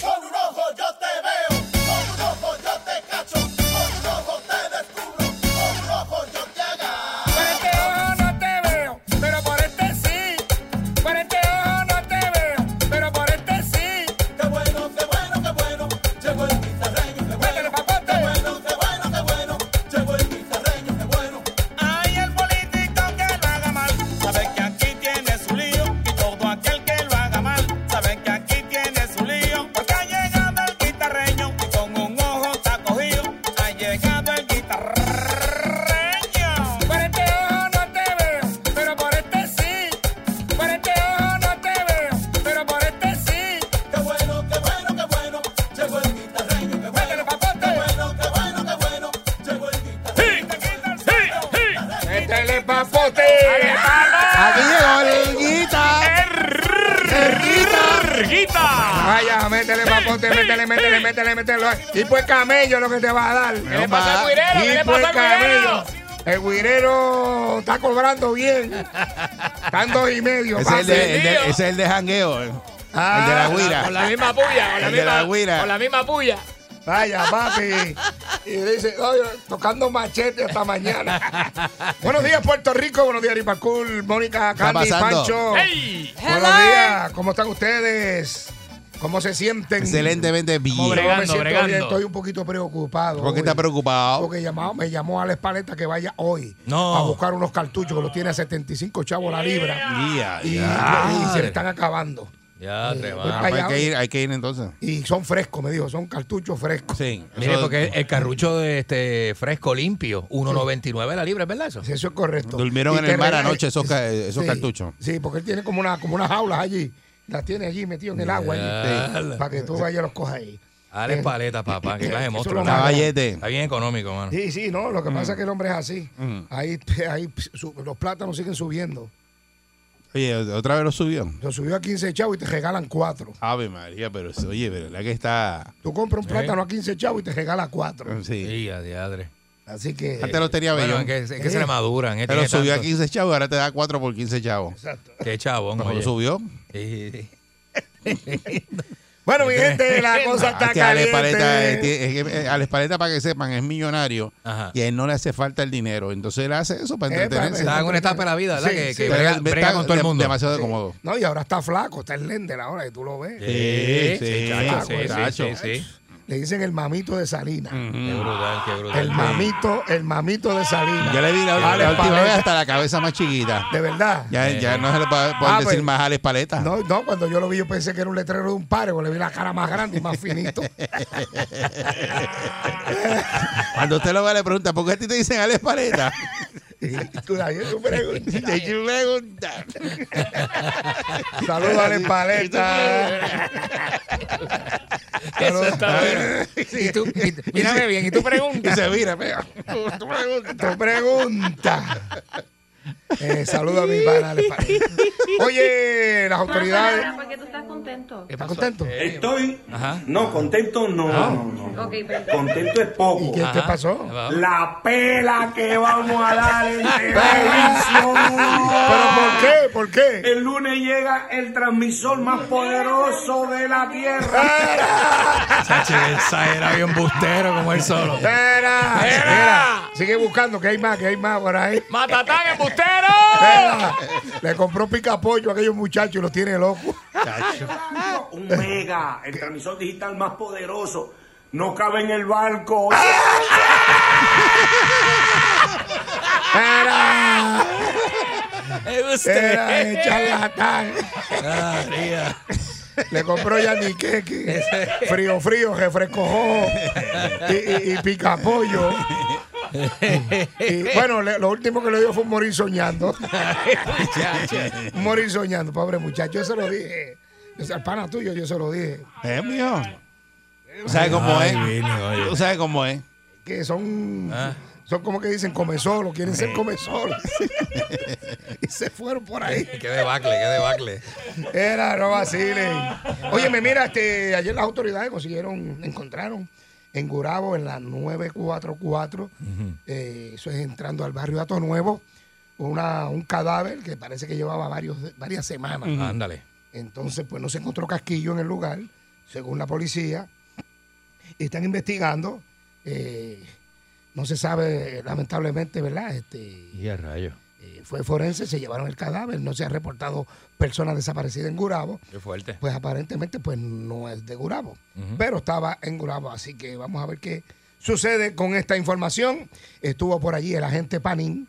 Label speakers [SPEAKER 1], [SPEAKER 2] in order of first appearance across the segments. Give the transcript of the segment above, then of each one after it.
[SPEAKER 1] Con un ojo yo te veo, con un ojo yo te cacho, con un ojo te descubro, con un ojo yo te agarro.
[SPEAKER 2] Por este ojo no te veo, pero por este sí. Por este ojo no te veo, pero por este sí.
[SPEAKER 1] Qué bueno, qué bueno, qué bueno, llegó el guitarreño, qué bueno,
[SPEAKER 2] Métele papote.
[SPEAKER 1] qué bueno, qué bueno, qué bueno, llegó el guitarreño, qué bueno.
[SPEAKER 2] Ay, el político que lo haga mal. Sabe que aquí tiene su lío. Y todo aquel que lo haga mal. Sabe que aquí tiene su lío. Porque ha llegado el guitarreño. Y con un ojo está cogido. Ha llegado el guitarreño. Por este ojo no te veo, pero por este sí. Por este ojo no te veo, pero por este sí.
[SPEAKER 1] Qué bueno, qué bueno, qué bueno, llegó el guitarreño, qué bueno,
[SPEAKER 2] Métele papote.
[SPEAKER 1] qué bueno, qué bueno, qué bueno, llegó el guitarreño.
[SPEAKER 2] Métele papote. Aquí llegó el guita. Vaya, métele papote, métele, métele, métele, métele. Y pues camello lo que te va a dar. ¿Qué
[SPEAKER 3] le pasa al guirero? ¿Qué le pasa al guirero?
[SPEAKER 2] El guirero está cobrando bien. Están dos y medio.
[SPEAKER 4] Ese es el
[SPEAKER 2] pase.
[SPEAKER 4] de, el de- ese es el de jangueo, el
[SPEAKER 2] Ah,
[SPEAKER 4] de la
[SPEAKER 3] Con
[SPEAKER 4] guira.
[SPEAKER 3] la misma puya, con la
[SPEAKER 4] El de la
[SPEAKER 3] misma,
[SPEAKER 4] güira.
[SPEAKER 3] con la misma puya.
[SPEAKER 2] Vaya, papi. Y dice, "Oye, tocando machete hasta mañana. buenos días, Puerto Rico. Buenos días, Ripacul, Mónica, Candy,
[SPEAKER 4] pasando?
[SPEAKER 2] Pancho.
[SPEAKER 3] ¡Ey!
[SPEAKER 2] Buenos días. ¿Cómo están ustedes? ¿Cómo se sienten?
[SPEAKER 4] Excelentemente
[SPEAKER 2] Yo
[SPEAKER 4] bien.
[SPEAKER 3] bregando,
[SPEAKER 2] me siento
[SPEAKER 3] bregando.
[SPEAKER 2] bien, estoy un poquito preocupado.
[SPEAKER 4] ¿Por qué
[SPEAKER 2] hoy.
[SPEAKER 4] está preocupado?
[SPEAKER 2] Porque llamado, me llamó Alex Paleta que vaya hoy
[SPEAKER 4] No.
[SPEAKER 2] a buscar unos cartuchos que los tiene a 75 chavos la libra.
[SPEAKER 4] Ya,
[SPEAKER 2] Y,
[SPEAKER 4] ya.
[SPEAKER 2] y se le están acabando. Eh,
[SPEAKER 3] Ya, te
[SPEAKER 2] Voy
[SPEAKER 4] Ah,
[SPEAKER 2] para
[SPEAKER 4] pues
[SPEAKER 2] allá
[SPEAKER 4] hay que ir, hay que ir entonces.
[SPEAKER 2] Y son frescos, me dijo, son cartuchos frescos.
[SPEAKER 4] Sí.
[SPEAKER 5] Mire,
[SPEAKER 4] Eso-
[SPEAKER 5] porque el carrucho de este fresco limpio, 1.99 la libra, ¿es verdad eso?
[SPEAKER 2] Pues Eso es correcto.
[SPEAKER 4] Durmieron
[SPEAKER 2] Y
[SPEAKER 4] en
[SPEAKER 2] te
[SPEAKER 4] el mar
[SPEAKER 2] regala-
[SPEAKER 4] anoche esos ca- esos
[SPEAKER 2] Sí,
[SPEAKER 4] cartuchos.
[SPEAKER 2] Sí, porque él tiene como, una, como unas jaulas allí. Las tiene allí metido en el agua.
[SPEAKER 5] Yala.
[SPEAKER 2] Para que tú vayas y los cojas ahí. Eh,
[SPEAKER 5] Dale paleta, papá, que clase de
[SPEAKER 2] Eso
[SPEAKER 5] monstruo.
[SPEAKER 2] lo manda.
[SPEAKER 5] Está
[SPEAKER 4] Caballete.
[SPEAKER 5] bien económico, mano.
[SPEAKER 2] Sí, sí, no, lo que
[SPEAKER 5] Mm.
[SPEAKER 2] pasa es que el hombre es así. Ahí, ahí su- los plátanos siguen subiendo.
[SPEAKER 4] Oye, otra vez lo subió.
[SPEAKER 2] Lo subió a 15 chavos y te regalan 4.
[SPEAKER 4] Ave María, pero eso- oye, pero la que está.
[SPEAKER 2] Tú compras un plátano a 15 chavos y te regala 4.
[SPEAKER 4] Sí.
[SPEAKER 5] Sí, a diadre.
[SPEAKER 2] Así que.
[SPEAKER 4] Antes los tenía
[SPEAKER 5] Bueno,
[SPEAKER 4] bello.
[SPEAKER 5] es que, es que se le maduran. eh,
[SPEAKER 4] Pero
[SPEAKER 5] tiene
[SPEAKER 4] subió a
[SPEAKER 5] tanto-
[SPEAKER 4] 15 chavos, ahora te da 4 por 15 chavos.
[SPEAKER 2] Exacto.
[SPEAKER 5] Qué chabón,
[SPEAKER 4] Mejor
[SPEAKER 5] oye.
[SPEAKER 4] subió.
[SPEAKER 5] Sí, sí, sí.
[SPEAKER 2] Bueno, mi gente, la cosa
[SPEAKER 4] Ah,
[SPEAKER 2] está
[SPEAKER 4] que Alex Paleta, eh,
[SPEAKER 2] caliente.
[SPEAKER 4] tie- es que, eh, Alex Paleta, para que sepan, es millonario
[SPEAKER 5] Ajá.
[SPEAKER 4] y a él no le hace falta el dinero. Entonces él hace eso para
[SPEAKER 2] Eh,
[SPEAKER 4] entretenerse.
[SPEAKER 2] para-
[SPEAKER 5] Está en una etapa de la vida, ¿verdad?
[SPEAKER 2] Sí,
[SPEAKER 5] que que
[SPEAKER 2] sí.
[SPEAKER 5] brega,
[SPEAKER 4] Está-
[SPEAKER 5] brega con todo el
[SPEAKER 4] de-
[SPEAKER 5] mundo.
[SPEAKER 4] Demasiado
[SPEAKER 2] Sí.
[SPEAKER 4] cómodo.
[SPEAKER 2] No, y ahora está flaco, está el Lender ahora, y tú lo ves.
[SPEAKER 4] Sí, sí,
[SPEAKER 5] chacho,
[SPEAKER 4] sí, Mm.
[SPEAKER 5] sí,
[SPEAKER 4] chacho.
[SPEAKER 5] sí, sí.
[SPEAKER 2] Le dicen el mamito de Salinas.
[SPEAKER 5] Qué brutal, qué brutal.
[SPEAKER 2] El mamito, el mamito de Salinas.
[SPEAKER 4] Yo le Eh. vi la, la
[SPEAKER 2] Alex
[SPEAKER 4] última
[SPEAKER 2] Paleta.
[SPEAKER 4] vez hasta la cabeza más chiquita.
[SPEAKER 2] De verdad.
[SPEAKER 4] Ya, ya no se le puede
[SPEAKER 2] Ah,
[SPEAKER 4] decir
[SPEAKER 2] pues-
[SPEAKER 4] más a Alex Paleta.
[SPEAKER 2] No, no, cuando yo lo vi, yo pensé que era un letrero de un padre, porque le vi la cara más grande y más finito.
[SPEAKER 4] Cuando usted lo ve, le pregunta, ¿por qué a ti te dicen Alex Paleta?
[SPEAKER 2] y tú también tú preguntas.
[SPEAKER 4] Te hice una pregunta.
[SPEAKER 2] Saludos a Alex Paleta.
[SPEAKER 3] Eso está bueno.
[SPEAKER 5] Y tú, y- mírame bien, y tú
[SPEAKER 4] Y
[SPEAKER 5] preguntas.
[SPEAKER 4] se mira, mira. Tú preguntas.
[SPEAKER 2] Tu pregunta. Eh, saludo a mi pana Alex Paleta. Oye, las autoridades.
[SPEAKER 6] ¿Por qué tú estás contento?
[SPEAKER 2] ¿Estás contento?
[SPEAKER 7] Estoy.
[SPEAKER 5] Ajá.
[SPEAKER 7] No, contento no. no, no, no.
[SPEAKER 6] Ok, perdón.
[SPEAKER 7] Contento es
[SPEAKER 2] Ah. ¿Y
[SPEAKER 7] poco.
[SPEAKER 2] qué, qué pasó?
[SPEAKER 7] La pela que vamos a dar en televisión.
[SPEAKER 2] ¿Pero por qué? ¿Por qué?
[SPEAKER 7] El lunes llega el transmisor más poderoso de la tierra.
[SPEAKER 5] Chacho, esa era bien bustero como él solo.
[SPEAKER 2] Espera,
[SPEAKER 3] Espera.
[SPEAKER 2] espera. Sigue buscando, que hay más, que hay más por ahí.
[SPEAKER 3] ¡Matatán, embustero!
[SPEAKER 2] Espera. Le compró pica pollo a aquellos muchachos y los tiene locos. Ah.
[SPEAKER 7] Un mega, el transmisor digital más poderoso. No cabe en el barco.
[SPEAKER 2] Espera.
[SPEAKER 5] Este,
[SPEAKER 2] Espera, el charlatán.
[SPEAKER 5] Ah, ría.
[SPEAKER 2] Le compró ya ni queque. Frío, frío, refresco jojo y, y, y pica pollo. Y, bueno, le- lo último que le dio fue un morir soñando. Un morir soñando, pobre muchacho. Yo se lo dije. O sea, al pana tuyo, yo se lo dije.
[SPEAKER 4] Es mío. Tú sabes cómo es.
[SPEAKER 5] Vini, oye.
[SPEAKER 4] Tú sabes cómo es.
[SPEAKER 2] que son,
[SPEAKER 5] Ah.
[SPEAKER 2] son como que dicen come solo, quieren
[SPEAKER 5] Eh.
[SPEAKER 2] ser come solo. y se fueron por ahí.
[SPEAKER 5] Qué debacle, qué debacle.
[SPEAKER 2] Era, no vacilen. Óyeme, mira, este, ayer las autoridades consiguieron, encontraron en Gurabo, en la 944, eh, eso es entrando al barrio Ato Nuevo, una, un cadáver que parece que llevaba varios, varias semanas.
[SPEAKER 5] Ándale.
[SPEAKER 2] Entonces, pues no se encontró casquillo en el lugar, según la policía. Y están investigando. eh, no se sabe, lamentablemente, ¿verdad? Este,
[SPEAKER 5] Y a rayo.
[SPEAKER 2] eh, fue forense, se llevaron el cadáver, no se ha reportado personas desaparecidas en Gurabo.
[SPEAKER 5] Qué fuerte.
[SPEAKER 2] Pues aparentemente, pues no es de Gurabo, pero estaba en Gurabo. Así que vamos a ver qué sucede con esta información. Estuvo por allí el agente Panín.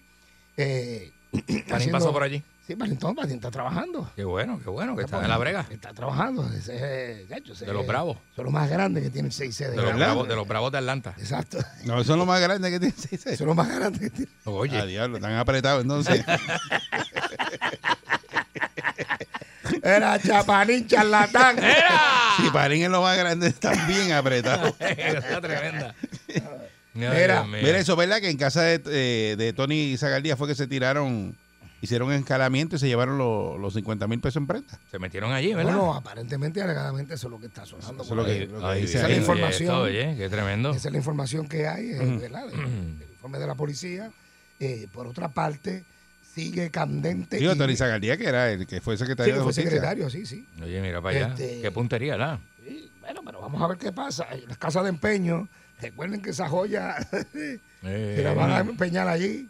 [SPEAKER 2] eh, haciendo-
[SPEAKER 5] pasó por allí.
[SPEAKER 2] Sí, Panín, todo, Panín está trabajando.
[SPEAKER 5] Qué bueno, qué bueno, que está en la brega.
[SPEAKER 2] Está trabajando. Ese, de hecho, ese-
[SPEAKER 5] De los bravos.
[SPEAKER 2] Son los más grandes que tiene el 6C de,
[SPEAKER 5] De los,
[SPEAKER 2] Gurabo.
[SPEAKER 5] bravos, de los bravos de Atlanta.
[SPEAKER 2] Exacto.
[SPEAKER 4] No, son los más grandes que tienen.
[SPEAKER 2] Son los más grandes que tiene.
[SPEAKER 5] Oye.
[SPEAKER 4] Ah, diablo, están apretados entonces.
[SPEAKER 2] Era chapanín, charlatán.
[SPEAKER 4] Si Parín es lo más grande, están bien apretados.
[SPEAKER 5] Está tremenda.
[SPEAKER 2] Mira,
[SPEAKER 4] Mira, eso es verdad que en casa de, eh, de Tony Zagaldía fue que se tiraron, hicieron escalamiento y se llevaron los, los 50 mil pesos en prenda.
[SPEAKER 5] Se metieron allí, ¿verdad?
[SPEAKER 2] Bueno, aparentemente, alegadamente, eso es lo que está sonando.
[SPEAKER 4] Eso es lo que, lo que
[SPEAKER 5] Ay,
[SPEAKER 4] dice
[SPEAKER 2] esa es la
[SPEAKER 4] ahí.
[SPEAKER 5] oye,
[SPEAKER 2] información.
[SPEAKER 5] esto, Oye, qué tremendo.
[SPEAKER 2] Esa es la información que hay, eh, ¿verdad? De- del informe de la policía. Eh, por otra parte, sigue candente.
[SPEAKER 4] Digo,
[SPEAKER 2] y-
[SPEAKER 4] Tony Zagaldía, que era el que fue
[SPEAKER 2] Sí,
[SPEAKER 4] secretario
[SPEAKER 2] que
[SPEAKER 4] de
[SPEAKER 2] fue
[SPEAKER 4] justicia.
[SPEAKER 2] secretario, sí, sí.
[SPEAKER 5] Oye, mira para allá.
[SPEAKER 2] Este-
[SPEAKER 5] Qué puntería, ¿verdad?
[SPEAKER 2] Sí, Bueno, pero vamos a ver qué pasa. En las casas de empeño, recuerden que esa joya
[SPEAKER 5] Eh,
[SPEAKER 2] que la van a empeñar allí.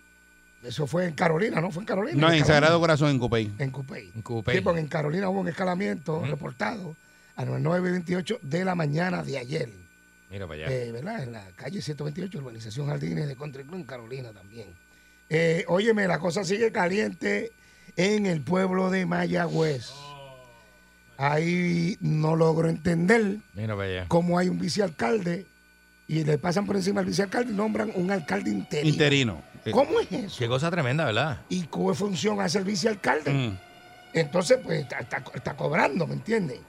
[SPEAKER 2] Eso fue en Carolina, ¿no? Fue en Carolina.
[SPEAKER 4] No, en
[SPEAKER 2] Carolina.
[SPEAKER 4] Sagrado Corazón, en Cupey.
[SPEAKER 2] En Coupey.
[SPEAKER 5] En Coupey.
[SPEAKER 2] Sí, porque en Carolina hubo un escalamiento reportado a las 9.28 de la mañana de ayer.
[SPEAKER 5] Mira para allá.
[SPEAKER 2] Eh, ¿verdad? En la calle 128, urbanización Jardines de Country Club, en Carolina también. Eh, óyeme, la cosa sigue caliente en el pueblo de Mayagüez. Ahí no logro entender
[SPEAKER 5] Mira para allá.
[SPEAKER 2] cómo hay un vicealcalde y le pasan por encima al vicealcalde y nombran un alcalde interino.
[SPEAKER 4] Interino. Eh,
[SPEAKER 2] ¿Cómo es eso?
[SPEAKER 5] Qué cosa tremenda, ¿verdad?
[SPEAKER 2] ¿Y qué función hace el vicealcalde?
[SPEAKER 4] mm.
[SPEAKER 2] Entonces, pues, está, está- está cobrando, ¿me entiendes?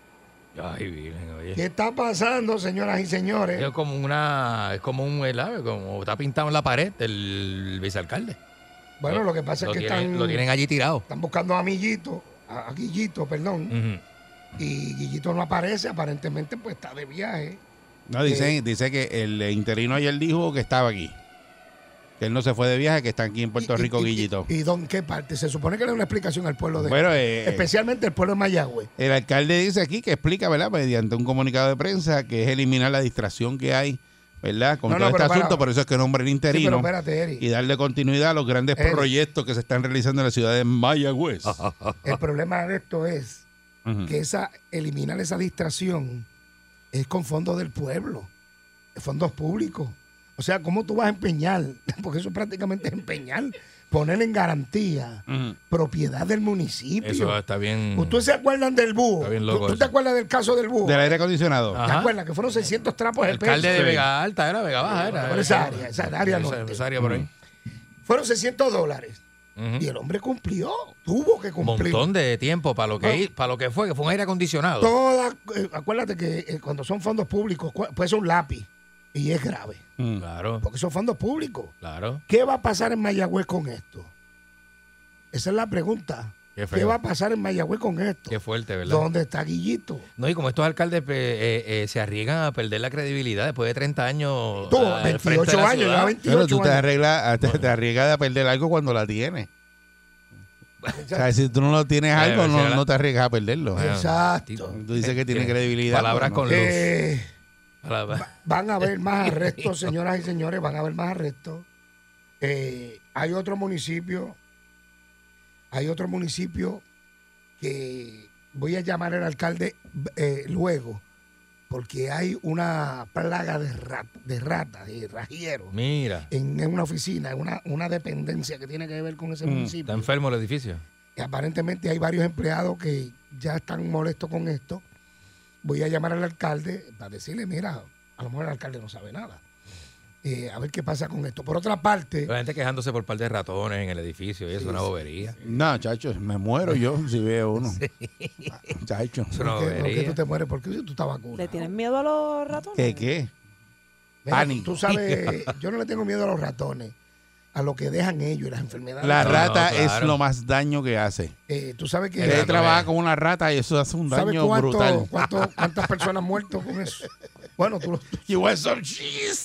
[SPEAKER 5] Ay, virgen, oye.
[SPEAKER 2] ¿Qué está pasando, señoras y señores?
[SPEAKER 5] Es como una, es como un, ¿verdad? Como está pintado en la pared del vicealcalde.
[SPEAKER 2] Bueno, lo que pasa es que
[SPEAKER 5] tienen,
[SPEAKER 2] están,
[SPEAKER 5] lo tienen allí tirado.
[SPEAKER 2] están buscando a Millito, a, a Guillito, perdón,
[SPEAKER 5] Ujú.
[SPEAKER 2] y Guillito no aparece, aparentemente, pues, está de viaje. Eh.
[SPEAKER 4] No, dice, dice que el interino ayer dijo que estaba aquí. Que él no se fue de viaje, que está aquí en Puerto
[SPEAKER 2] Y- y-
[SPEAKER 4] Rico,
[SPEAKER 2] y-
[SPEAKER 4] Guillito.
[SPEAKER 2] ¿Y don qué parte? Se supone que le da una explicación al pueblo de...
[SPEAKER 4] Bueno, eh,
[SPEAKER 2] especialmente el pueblo de Mayagüez.
[SPEAKER 4] El alcalde dice aquí que explica, ¿verdad? Mediante un comunicado de prensa que es eliminar la distracción que hay, ¿verdad? Con
[SPEAKER 2] No,
[SPEAKER 4] todo
[SPEAKER 2] no,
[SPEAKER 4] este
[SPEAKER 2] pero
[SPEAKER 4] asunto,
[SPEAKER 2] para-
[SPEAKER 4] por eso es que nombra el
[SPEAKER 2] Sí, pero
[SPEAKER 4] interino.
[SPEAKER 2] espérate,
[SPEAKER 4] y
[SPEAKER 2] Eri.
[SPEAKER 4] darle continuidad a los grandes
[SPEAKER 2] Eri.
[SPEAKER 4] proyectos que se están realizando en la ciudad de Mayagüez.
[SPEAKER 2] El problema de esto es
[SPEAKER 4] Ujú.
[SPEAKER 2] que esa eliminar esa distracción es con fondos del pueblo, fondos públicos. O sea, ¿cómo tú vas a empeñar? Porque eso prácticamente es empeñar, poner en garantía
[SPEAKER 4] Ujú.
[SPEAKER 2] propiedad del municipio.
[SPEAKER 5] Eso está bien.
[SPEAKER 2] ¿Ustedes se acuerdan del búho?
[SPEAKER 5] Está bien loco
[SPEAKER 2] ¿Tú, tú
[SPEAKER 5] eso.
[SPEAKER 2] te acuerdas del caso del búho?
[SPEAKER 4] Del aire acondicionado.
[SPEAKER 2] ¿Te
[SPEAKER 5] Ajá.
[SPEAKER 2] acuerdas que fueron 600 trapos de
[SPEAKER 5] Alcalde
[SPEAKER 2] peso?
[SPEAKER 5] de Vega Alta, era Vega Baja, era.
[SPEAKER 2] Por esa área, esa área
[SPEAKER 5] Esa-
[SPEAKER 2] norte.
[SPEAKER 5] esa área por ahí.
[SPEAKER 2] Fueron 600 dólares.
[SPEAKER 5] Ujú.
[SPEAKER 2] Y el hombre cumplió, tuvo que
[SPEAKER 5] Un
[SPEAKER 2] cumplir.
[SPEAKER 5] montón de tiempo para lo que
[SPEAKER 2] Ah.
[SPEAKER 5] i- para lo que fue, que fue un aire acondicionado.
[SPEAKER 2] Toda- eh, acuérdate que eh, cuando son fondos públicos, cua- pues es un lápiz. Y es grave,
[SPEAKER 4] Mm.
[SPEAKER 5] Claro,
[SPEAKER 2] porque son fondos públicos.
[SPEAKER 5] claro.
[SPEAKER 2] ¿Qué va a pasar en Mayagüez con esto? Esa es la pregunta.
[SPEAKER 5] Qué feo.
[SPEAKER 2] ¿Qué va a pasar en Mayagüez con esto?
[SPEAKER 5] Qué fuerte, ¿verdad?
[SPEAKER 2] ¿Dónde está Guillito?
[SPEAKER 5] No, y como estos alcaldes pues, eh, eh, se arriesgan a perder la credibilidad después de 30 años.
[SPEAKER 2] Tú,
[SPEAKER 5] al frente de
[SPEAKER 2] 28
[SPEAKER 5] la
[SPEAKER 2] años,
[SPEAKER 5] ciudad.
[SPEAKER 2] ya
[SPEAKER 4] Pero
[SPEAKER 2] 28
[SPEAKER 4] tú te,
[SPEAKER 2] años.
[SPEAKER 4] arreglas, ah, te, te arriesgas a perder algo cuando la tienes. O sea, si tú no lo tienes algo,
[SPEAKER 5] Bueno, si
[SPEAKER 4] no,
[SPEAKER 5] era-
[SPEAKER 4] no te arriesgas a perderlo.
[SPEAKER 5] Bueno,
[SPEAKER 2] Exacto.
[SPEAKER 4] Tú dices que tiene credibilidad.
[SPEAKER 5] Palabras
[SPEAKER 4] pero no.
[SPEAKER 5] con luz.
[SPEAKER 2] Eh,
[SPEAKER 5] Palabras-
[SPEAKER 2] van a haber más arrestos, señoras y señores, van a haber más arrestos. Eh, hay otro municipio, hay otro municipio que voy a llamar al alcalde eh, luego, porque hay una plaga de, rat, de ratas, de rajeros,
[SPEAKER 5] Mira,
[SPEAKER 2] en, en una oficina, en una, una dependencia que tiene que ver con ese
[SPEAKER 5] está
[SPEAKER 2] municipio.
[SPEAKER 5] enfermo el edificio.
[SPEAKER 2] Y aparentemente hay varios empleados que ya están molestos con esto. Voy a llamar al alcalde para decirle, mira, a lo mejor el alcalde no sabe nada. Eh, a ver qué pasa con esto. Por otra parte, eh,
[SPEAKER 5] La gente quejándose por par de ratones en el edificio y eso, una bobería.
[SPEAKER 4] eh, No, chacho, me muero yo si veo uno. Chacho.
[SPEAKER 5] Es una
[SPEAKER 2] ¿por qué, por qué
[SPEAKER 5] bobería.
[SPEAKER 2] tú te mueres? Porque tú estás
[SPEAKER 6] ¿Le
[SPEAKER 2] vacunado.
[SPEAKER 6] tienen miedo a los ratones?
[SPEAKER 4] ¿Qué qué?
[SPEAKER 2] Mira,
[SPEAKER 4] pánico.
[SPEAKER 2] Tú sabes, eh, yo no le tengo miedo a los ratones, a lo que dejan ellos y las enfermedades.
[SPEAKER 4] La
[SPEAKER 5] No,
[SPEAKER 4] rata
[SPEAKER 5] no,
[SPEAKER 4] es
[SPEAKER 5] claro.
[SPEAKER 4] lo más daño que hace.
[SPEAKER 2] Eh, tú sabes que...
[SPEAKER 5] El
[SPEAKER 4] Usted
[SPEAKER 5] rato
[SPEAKER 4] trabaja
[SPEAKER 5] que-
[SPEAKER 4] con una rata y eso hace un
[SPEAKER 2] ¿Sabes
[SPEAKER 4] daño
[SPEAKER 2] cuánto-
[SPEAKER 4] brutal.
[SPEAKER 2] cuánto- cuántas personas han muerto con eso? Bueno, tú, lo-
[SPEAKER 4] You want some cheese?